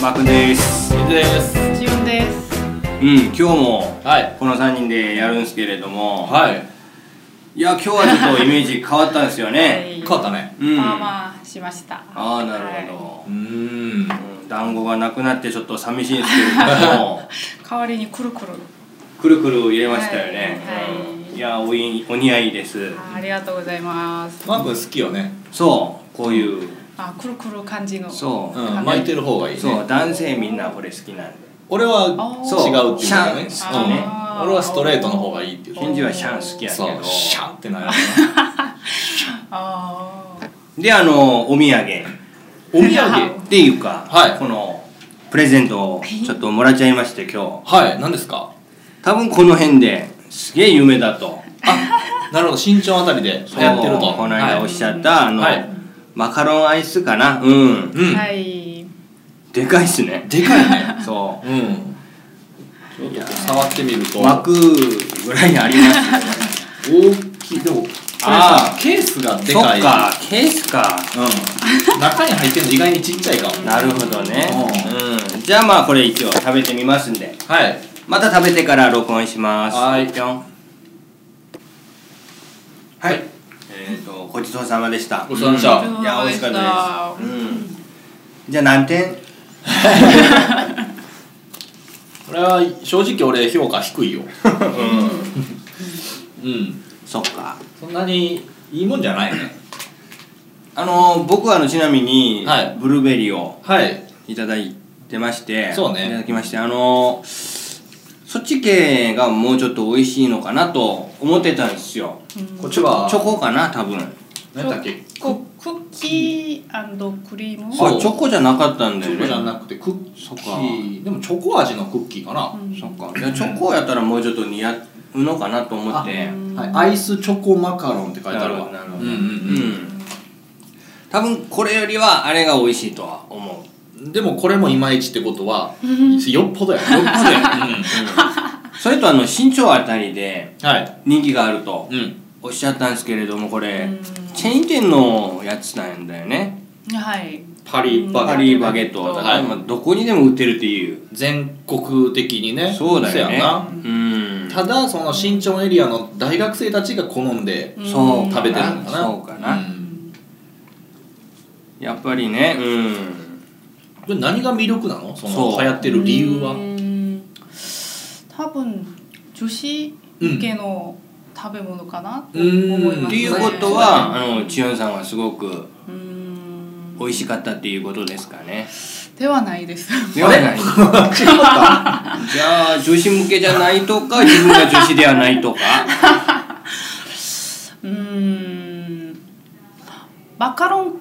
マー君ですゆずですジオンです。うん今日もはいこの3人でやるんですけれども、はいい、や今日はちょっとイメージ変わったんですよね、変わったねうんまあまあしました。ああなるほど、うーんうん団子がなくなってちょっと寂しいんですけれど もど。代わりにくるくる。くるくる入れましたよね、はいはいうんいやおいお似合いですあありがとうございます。マー君好きよねそうこういうあくるくる感じの。そうう、ん巻いてる方がいいねそう男性みんなこれ好きなんで俺はあーそう違うっていうかねシャンうんあー俺はストレートの方がいいっていうケンジはシャン好きやけそどうシャンってなるああ。であのお土産 お土は産っていうか、はいこのプレゼントをちょっともらっちゃいまして今日 はい何ですか多分この辺ですげえ夢だとあなるほど身長あたりで流行ってるとそうこの間おっしゃった、あの、はいマカロンアイスかなうんうんはい。でかいっすねでかいね そうんちょっとこう触ってみるうと巻くぐらいありますよ 大きいでもああケースがでそっかいかケースかうん中に入ってるの意外にちっちゃいかもなるほどねううんじゃあまあこれ一応食べてみますんではいまた食べてから録音しますはいぴょんはいえっ、ー、とごちそうさまでしたごちそうさまでうんいや美味しかったです、うん、じゃあ何点これは正直俺評価低 いようんそっかそんなにいいもんじゃないねあのー僕はあのちなみに、はいブルーベリーをはいいただいてましてそうねいただきましてあのーそっち系がもうちょっと美味しいのかなと思ってたんですよこっちはチョコかな多分あ何だっけこクッキークリーム。チそうョコじゃなかったんだチよョねコじゃなくてクッキそっかーでもチョコ味のクッキーかな、そっかいやチョコやったらもうちょっと似合うのかなと思ってはい、アイスチョコマカロンって書いてあるわなるほどなるほうどんうんう、ん多分これよりはあれが美味しいとは 思ううん、でもこれもいまいちってことはよっぽ どやよっぽどや、それとあの身長あたりでうん、はい人気があるとうんおっしゃったんですけれどもこれうんチェーン店のやつなんだよねはい。パリバパカリバゲットだからはいまあどこにでも売ってるっていう全国的にねそうだよせねやなうんただその新潮エリアの大学生たちが好んでうんそう食べてるのかなそうかなうんやっぱりねうんこれ何が魅力なのそそのう流行ってる理由 うはん多分女子向けの食べ物かなと思いうんまっすてね。いうことはあの千代さんはすごくうん。美味しかったっていうことですかねではないです。ではないじゃあ女子向けじゃないとか自分が女子ではないとかうーんマカロン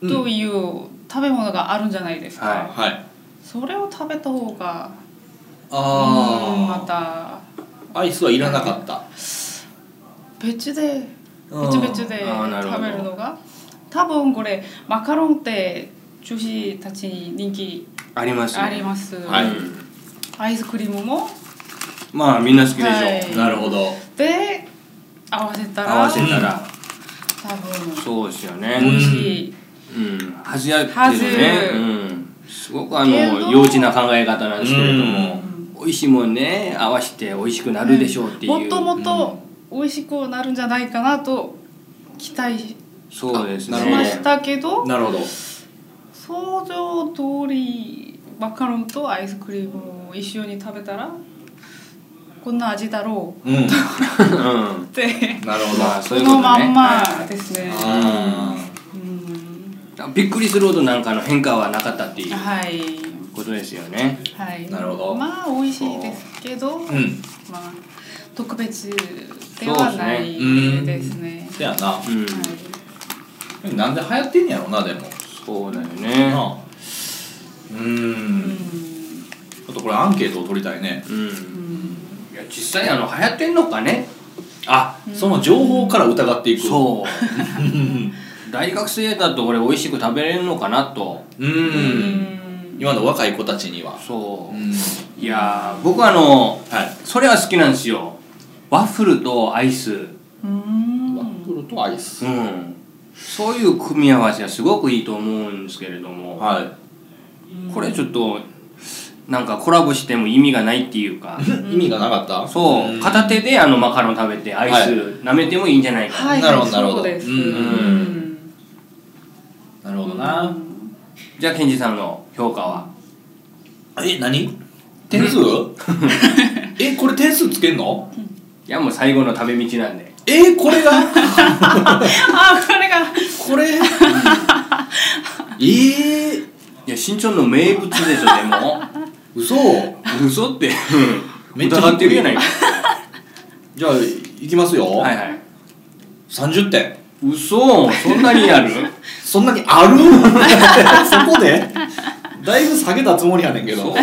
という食べ物があるんじゃないですか、はいはいそれを食べた方がうんまあたあアイスはいらなかった別でうん別々であーなるほど食べるのが多分これマカロンって女子たちに人気ありますねあります、はいうんアイスクリームもまあみんな好きでしょ、はいなるほどで合わせたら合わせたら、多分そうですよ美味ねしい、うん、はずやってはずるね、うん、すごくあのけど幼稚な考え方なんですけれどもう、ん美味しいもんね合わせて美味しくなるでしょうっていう、もっともっと美味しくなるんじゃないかなと期待しそうですねなるほどましたけどなるほど想像通りマカロンとアイスクリームを一緒に食べたらこんな味だろうんうんうってなるほどまああそそういうことのねまんはまですね。ーうんいびっくりするほどなんかの変化はなかったっていうはいことですよねはい。なるほどまあ美味しいですけど、うんまあ特別ではないそうでですすね。せやなうんはいなんで流行ってんやろなでもそうだよねなあううんちんょっとこれアンケートを取りたいねうんいや実際あの流行ってんのかねあその情報から疑っていく そうう大学生だとこれ美味しく食べれるのかなとんうん今の若い子たちにはそうう、んいやー僕はあのはいそれは好きなんですよワッフルとアイスうんワッフルとアイスうんそういう組み合わせはすごくいいと思うんですけれども、はいこれちょっとなんかコラボしても意味がないっていうか意味がなかったそう片手であのマカロン食べてアイスは舐めてもいいんじゃないか、はい、なるほどなるほどそうです。うんうんなるほどなじゃあケンジさんの評価はえ何点数 えこれ点数つけんのいやもう最後の食べ道なんでえこれが あ、これが。これえー、いや新潮の名物でしょでも嘘嘘ってめっちゃ低い疑ってるやないかじゃあいきますよ、はいはい30点嘘そんなにあるそんなにある そこでだいぶ下げたつもりやねんけど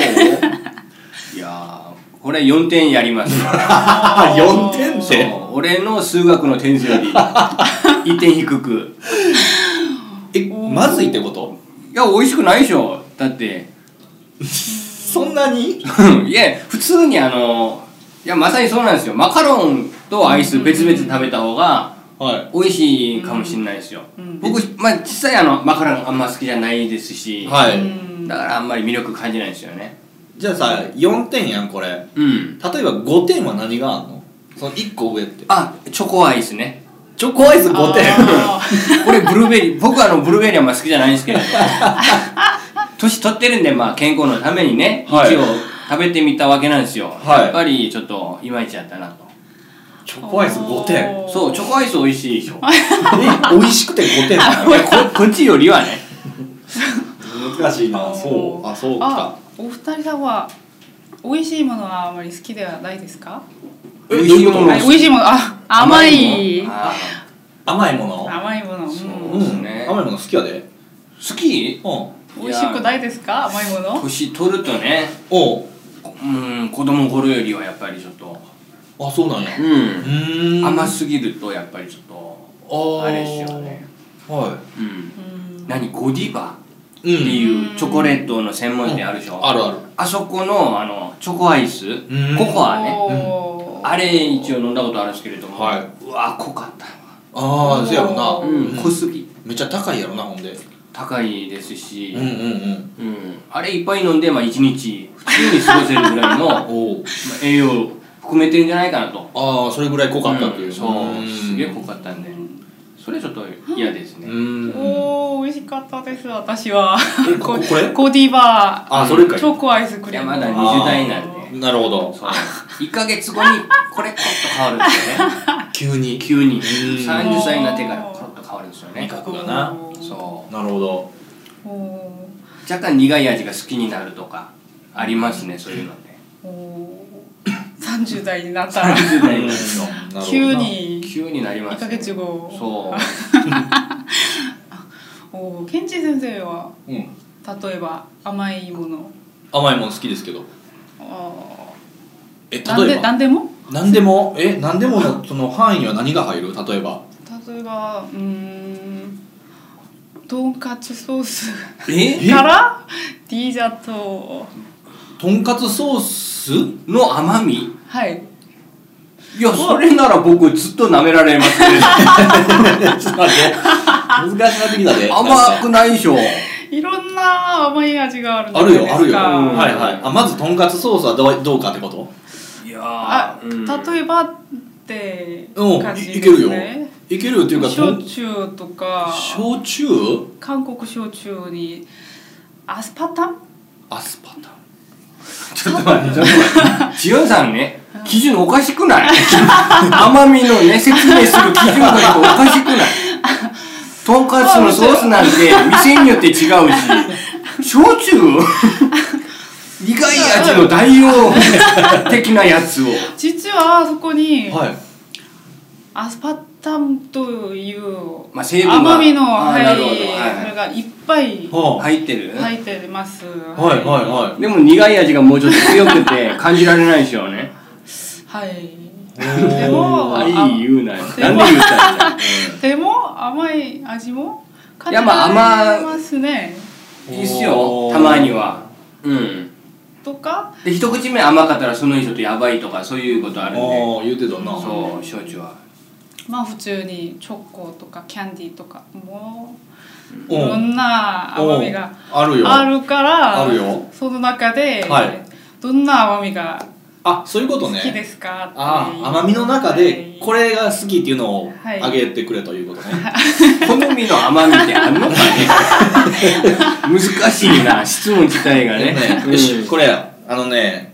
いやーこれ4点やりますあ4点そってう俺の数学の点数より 1点低くえまずいってこといや美味しくないでしょだってそんなにいや普通にあのいやまさにそうなんですよマカロンとアイス別々食べた方がは美味しいかもしれないですよ、うん僕まあ実際あのマカロンあんま好きじゃないですし、いはういんだからあんまり魅力感じないですよねじゃあさ4点やんこれ例えうんば5点は何があんのその1個上ってあチョコアイスねチョコアイス5点あ これブルーベリー僕はあのブルーベリーあんま好きじゃないんですけど年取ってるんでまあ健康のためにね、はい一応食べてみたわけなんですよ、はいやっぱりちょっといまいちだったなとチョーコアイス5点そうチョコアイス美味しいでしょいえ美味しくて5点なのやここっちよりはね難しいなそうあそうあ、お二人さんは美味しいものはあまり好きではないですか？え美味しいもどうのいうはこい、と美味しいもの、あ、甘い。あ甘いもの甘いもの。そううんうんそうね甘いもの好きやでー好きうんお美味しくないですか？甘いもの。年取るとねおこうん子供頃よりはやっぱりちょっとあそうなんやううんーん甘すぎるとやっぱりちょっとああれですよねはうんうん何ゴディバいってうんいうチョコレートの専門店あるでしょ、あるあるあそこのあのチョコアイス、んココアねおーあれ一応飲んだことあるんですけれども、はいうわ濃かったわああそうやろうなんうん濃すぎめっちゃ高いやろなほんで高いですし、うんうんうんあれいっぱい飲んで、まあ、1日普通に過ごせるぐらい のまうあんお栄養含めてるんじゃないかなとああそれぐらい濃かったっていう、んそうすげえ濃っかったんでそれちょっと嫌ですね、うんおー美味しかったです私はえここれコーディバーあそれかいチョコアイスクいリやームまだあー20代なんでなるほどそう1か月後にこれコロッと変わるんですよね 急に急にん30歳になってからコロッと変わるんですよね味覚がなそうなるほどお若干苦い味が好きになるとかありますねそういうのねーおー30代になったらうんなるほどな急に急になりま1すヶね月後そおーケンチ先生はうん例えば甘いもの甘いもの好きですけどあえ例えーなんでばなんでも何でもえ何でものその範囲には何が入る例えば例えばうーんとんかつソースえからディーザートとんかつソース うの甘みはいいやそれなら僕ずっと舐められますね ちょっと待って難しくなってきたで甘くないでしょいろんな甘い味があるんじあゃなるいよですか。あるよ、うんはいはいあまずとんかつソースはどうどうかってこといやあ、え例えばってうん感じいいでけるすよね。いけるよっていうかとん焼酎とか焼酎韓国焼酎にアスパタンアスパタンちょっと待ってちょっと待って千代さんね基準おかしくない甘みのね説明する基準がやっぱおかしくないとんかつのソースなんて店によって違うし焼酎苦い味の代用的なやつを実はそこにはいアスパタンというまあ成分が甘みのあはいなるほどはいそれがいっぱいは入ってる、入ってます。あはいはいはでも苦い味がもうちょっと強くて感じられないですよねはい。いでもああいい言うなよなんで言でうもたんだでも甘い味も感いじやられまあ甘ますね。いいっすよたまにはうんとかで一口目甘かったらその人とやばいとかそういうことああるんであ言うてたなそう焼酎は まあ普通にチョコとかキャンディーとかもういんろんな甘みがあるよあるからあるよその中で、はいどんな甘みがあそういうこと好きねですかっていうああ甘みの中でこれが好きっていうのをはいあげてくれということね、好みの甘みってあんの かね難しいな質問自体がねねうんよしこれあのね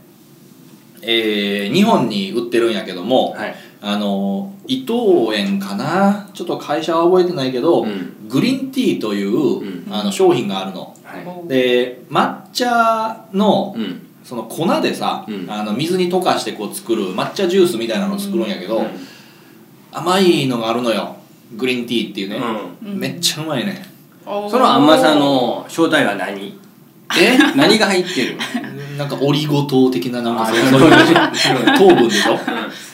えー日本に売ってるんやけども、はいあの伊藤園かなちょっと会社は覚えてないけど、うんグリーンティーという、うんあの商品があるのはいで抹茶のうんその粉でさ、うんあの水に溶かしてこう作る抹茶ジュースみたいなのを作るんやけど、うん甘いのがあるのよグリーンティーっていうね、うんめっちゃうまいねおーその甘さの正体は何え 何が入ってるなんかオリゴ糖的ななんかあそうーそういう糖分でしょ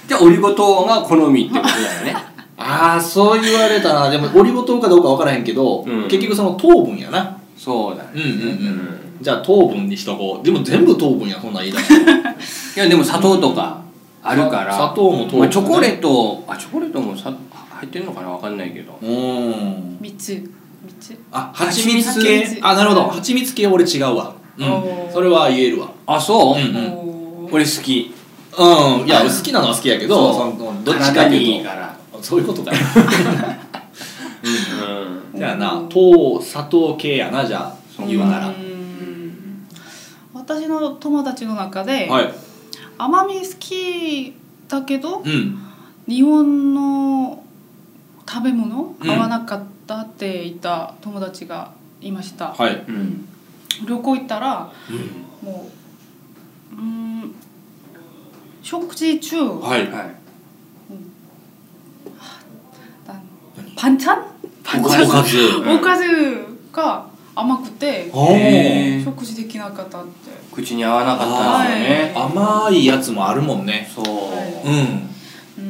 じゃあオリゴ糖が好みってことだよねああそう言われたなでもオリゴ糖かどうか分からへんけど、うん結局その糖分やなそうだねうんうんうんじゃあ糖分にしとこうでも全部糖分やそんなん言い出しいやでも砂糖とか あるから砂糖も糖分ねまあチョコレートあチョコレートもさ入ってるのかなわかんないけどうーん三つ三つあ蜂蜜系蜂蜜あなるほど蜂蜜系俺違うわうおんーそれは言えるわあそう、うんおー俺好きうんいや好きなのは好きやけどそうそのどっちかって体にいいうからとそういうことかようんじゃあなうん糖砂糖系やなじゃあ言うならうはん私の友達の中で、い甘み好きだけどうん日本の食べ物うん合わなかったって言った友達がいました、はいうん旅行行ったらもううーん食事中はいはいあのパンチャンパンおチャンかずずおかずが甘くておーへー食事できなかったって口に合わなかったんですよね、はい甘いやつもあるもんねそう、はうんう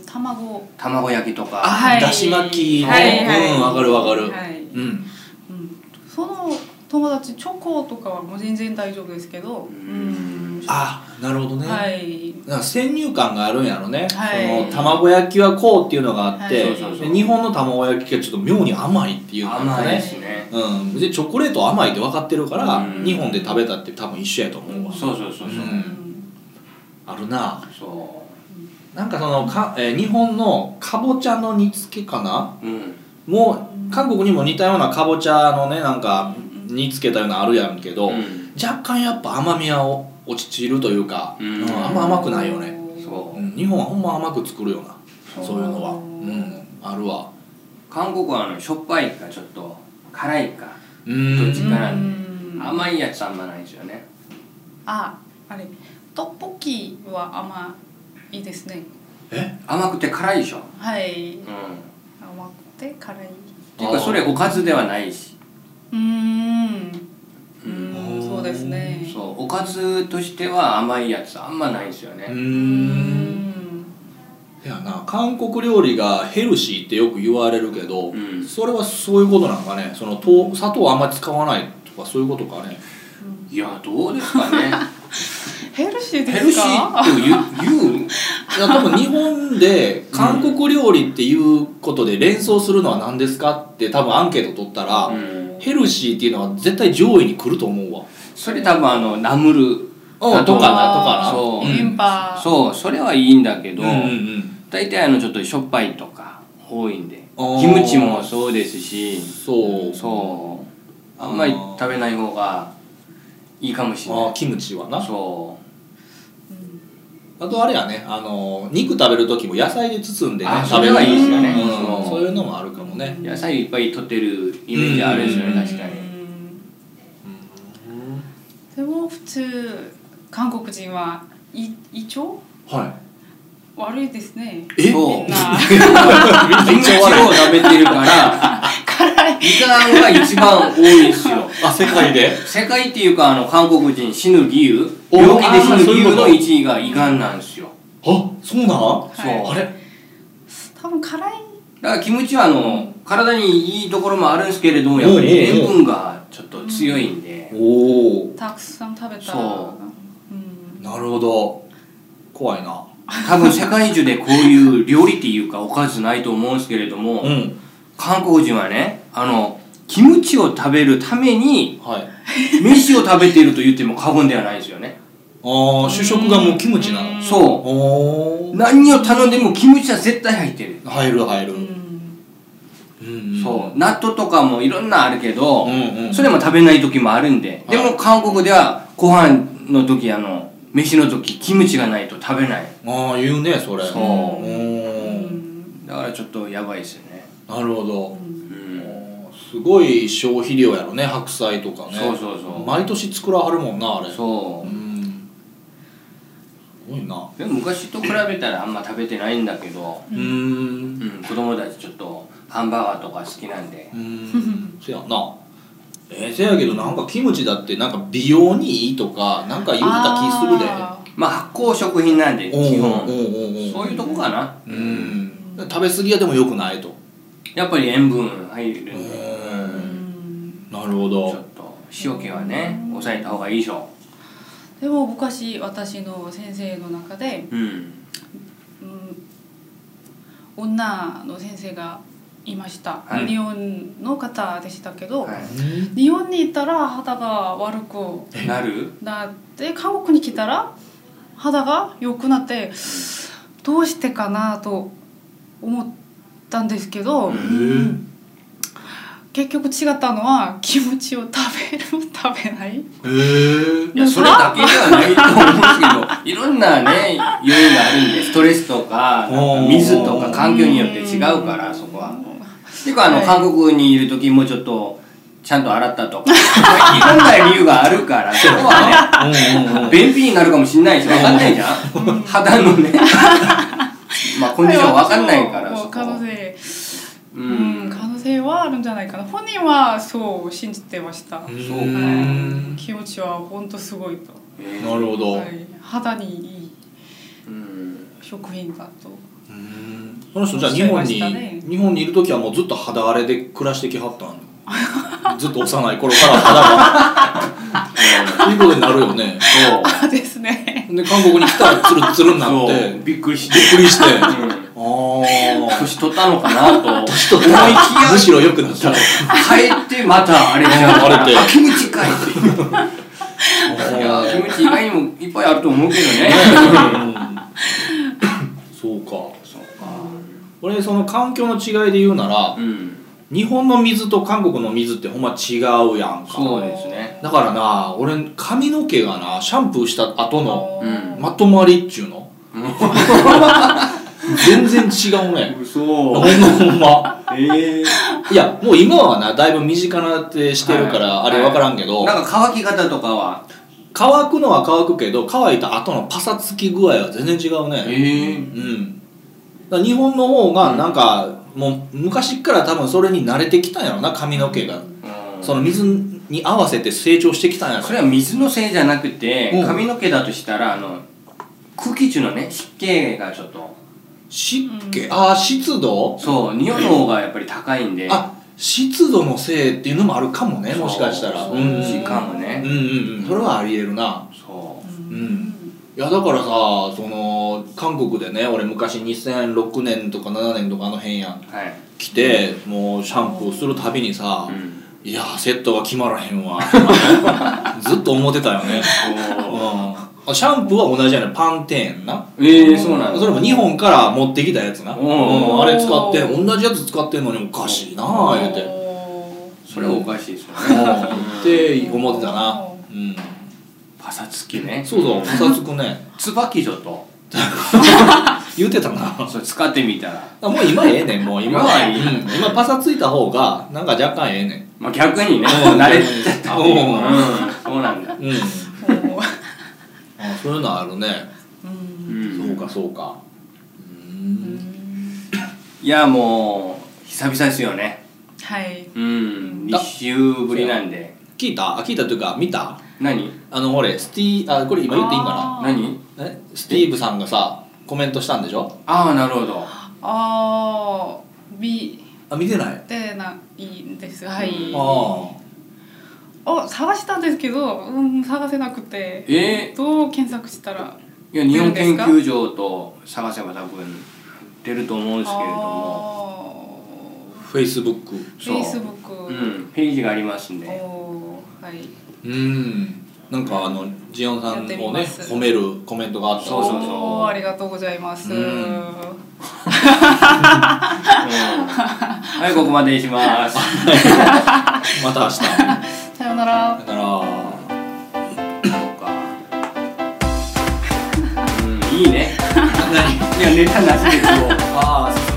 ーん卵卵焼きとあかはいだし巻きのはいはいうんわかるわかるはいうんうんその友達チョコとかはもう全然大丈夫ですけどうんあなるほどねはいなんか先入観があるんやろね、はいその卵焼きはこうっていうのがあって、はいそうそうそうで日本の卵焼きがちょっと妙に甘いっていうのが甘いでねすねうん、別にチョコレート甘いって分かってるから、うん日本で食べたって多分一緒やと思うわ、んそうそうそうそう、うんあるなそなんかそのか、えー日本のかぼちゃの煮付けかなううんもう韓国にも似たようなかぼちゃのねなんか煮付けたようなあるやんけど、うん若干やっぱ甘みはお落ちちるというか、うんうんあんま甘くないよね、そううん日本はほんま甘く作るよなそういうのは、あうーん、あるわ韓国はあのしょっぱいかちょっと辛いかうんどっちうかな、ん甘いやつあんまないんですよねああれトッポッキは甘いですねえ甘くて辛いでしょ、はいうん、っ甘くて辛いていうかそれおかずではないしうーんううーんんそうですねそうおかずとしては甘いやつあんまないんですようね、うーんんいやな韓国料理がヘルシーってよく言われるけど、うんそれはそういうことなんかねその糖砂糖あんまり使わないとかそういうことかねいやどうですかねヘルシーでヘルすシーかって言う言ういや多分日本で韓国料理っていうことで連想するのは何ですかって多分アンケート取ったら、うんヘルシーっていうのは絶対上位に来ると思うわそれ多分あのナムルうんとかなあーとそうかなビビンパそうそれはいいんだけど、うんうんうん大体あのちょっとしょっぱいとか多いんであーキムチもそうですしそうそうあんまり食べない方がいいかもしれあなーキムチはないそあとあれやね、あの肉食べる時も野菜で包んでねあ食べるそれはいいですよねうんそうそういうのもあるかもねう野菜いっぱい取ってるイメージあるんですよね確かににでも普通韓国人はい胃腸は悪いですねいえそうみんなキムチを食べてるから辛い胃がんが一番多いんですよあ世界で世界っていうかあの韓国人死ぬ理由お病気で死あーぬそうい理うこ由との1位が胃がんなんですよあそうなん、そうあれ多分辛いだからキムチはあの体にいいところもあるんですけれどもやっぱおうおうおうり塩分がちょっと強いんでおおたくさん食べたそうんなるほど怖いな多分世界中でこういう料理っていうかおかずないと思うんですけれども、うん韓国人はねあのキムチを食べるためにはい飯を食べていると言っても過言ではないですよねああ主食がもうキムチなのそおう何を頼んでもキムチは絶対入ってる、入る入るう、んうんそう納豆とかもいろんなあるけど、うんうんそれも食べない時もあるんで、はでいも韓国ではご飯の時あの飯の時キムチがないと食べないああ言うねそれそうおうーんだからちょっとやばいですよねなるほど、うんおーすごい消費量やろね白菜とかねそうそうそう毎年作らはるもんなあれそううんすごいなでも昔と比べたらあんま食べてないんだけど、ううんんうん、子供たちちょっとハンバーガーとか好きなんでう ーんせやなえー、せやけどなんかキムチだってなんか美容にいいとかなんか言うてた気するであまあ発酵食品なんで基おう本おうおうおうそういうとこかなうーん食べ過ぎはでもよくないとやっぱり塩分入るんでうーうーんんなるほちょっどと塩気はね抑えた方がいいでしょでも昔私の先生の中で、うんうん、女の先生がいました、はい日本の方でしたけど、は日本にいたら肌が悪くいなるなって韓国に来たら肌が良くなってどうしてかなと思ったんですけど、うんうん結局違ったのはキムチを食べる 食べなへいえいやそれだけではないと思うんですけどいろんなね要因があるんでストレスとかなんか水とか環境によって違うからそこは。っていうかあの、はい韓国にいる時もちょっとちゃんと洗ったとかいろんな理由があるからそこはね便秘になるかもしんないし分かんないじゃん肌のねまあコンディション分かんないからもそうこ可能性ううんん可能性はあるんじゃないかな本人はそう信じてました、うそうーんキムチは本当すごいと、えーなるほど、はい、肌にいいうん食品だとうーんその人じゃあ日本に、おっしゃいましたね日本にいる時はもうずっと肌荒れで暮らしてきはったんずっと幼い頃から肌がいいことになるよねそうあですねで韓国に来たらツルッツルになっそうてびっくりしてびっくりしてあうんあ年取ったのかなとちょっと思いきやむしろ良くなった帰ってまたあれじゃんうんあれでキムチかいっていやキムチ以外にもいっぱいあると思うけどねそうかそう俺その環境の違いで言うならか うん日本の水と韓国の水ってほんま違うやんかそうですねだからな俺髪の毛がなシャンプーした後のうんまとまりっちゅうの全然違うねほん嘘まほんまええいやもう今はなだいぶ身近なってしてるから、はいあれ分からんけど、なんか乾き方とかは乾くのは乾くけど乾いた後のパサつき具合は全然違うねええうんだから日本の方がなんか、もう昔っから多分それに慣れてきたんやろな髪の毛が、そその水に合わせて成長してきたんやろれは水のせいじゃなくてうん髪の毛だとしたらあの空気中のね湿気がちょっと湿気、ああ湿度そう匂いの方がやっぱり高いんであ湿度のせいっていうのもあるかもねもしかしたらそううんうん時間もねうんうんうんそれはありえるなそううんいやだからさその韓国でね俺昔2006年とか7年とかあの辺やんはい、来てもうシャンプーするたびにさ、うん、いやーセットが決まらへんわ ずっと思ってたよね、うん、あシャンプーは同じやねパンテーンなええそうなんだそれも日本から持ってきたやつな、おうーん、あれ使って同じやつ使ってんのにおかしいなあ言うておそれはおかしいですようんねって思ってたなうんパサつきねそうそうムサつくね椿ちょっと言うてたなそれ使ってみたら、あもう今ええねんもう今今はいいうん今パサついた方がなんか若干ええねんまあ、逆にね慣れちゃったっていううんうんそうなんだ、うんーおーあそういうのあるねううんん、そうかそうかううんんいやもう久々ですよねはいうんだ一週ぶりなんで聞いたあ聞いたというか見た何あのほれスティあこれ今言っていいんかあ何なえスティーブさんがさコメントしたんでしょああなるほどあー見あ見てないてないんですはういんあを探したんですけど、うん、探せなくてえどう検索したらー、いや日本研究所と探せば多分出ると思うんですけれどもあーフェイスブックフェイスブック、うん、ページがありますんで。おーはいうんなんかあのジオンさんをねやってみます褒めるコメントがあったそうそうそうおーありがとうございます、うんはい、ここまでにします。また明日 さよならだからそうか。うん、いいね。何いや、ネタなしでこう。ああ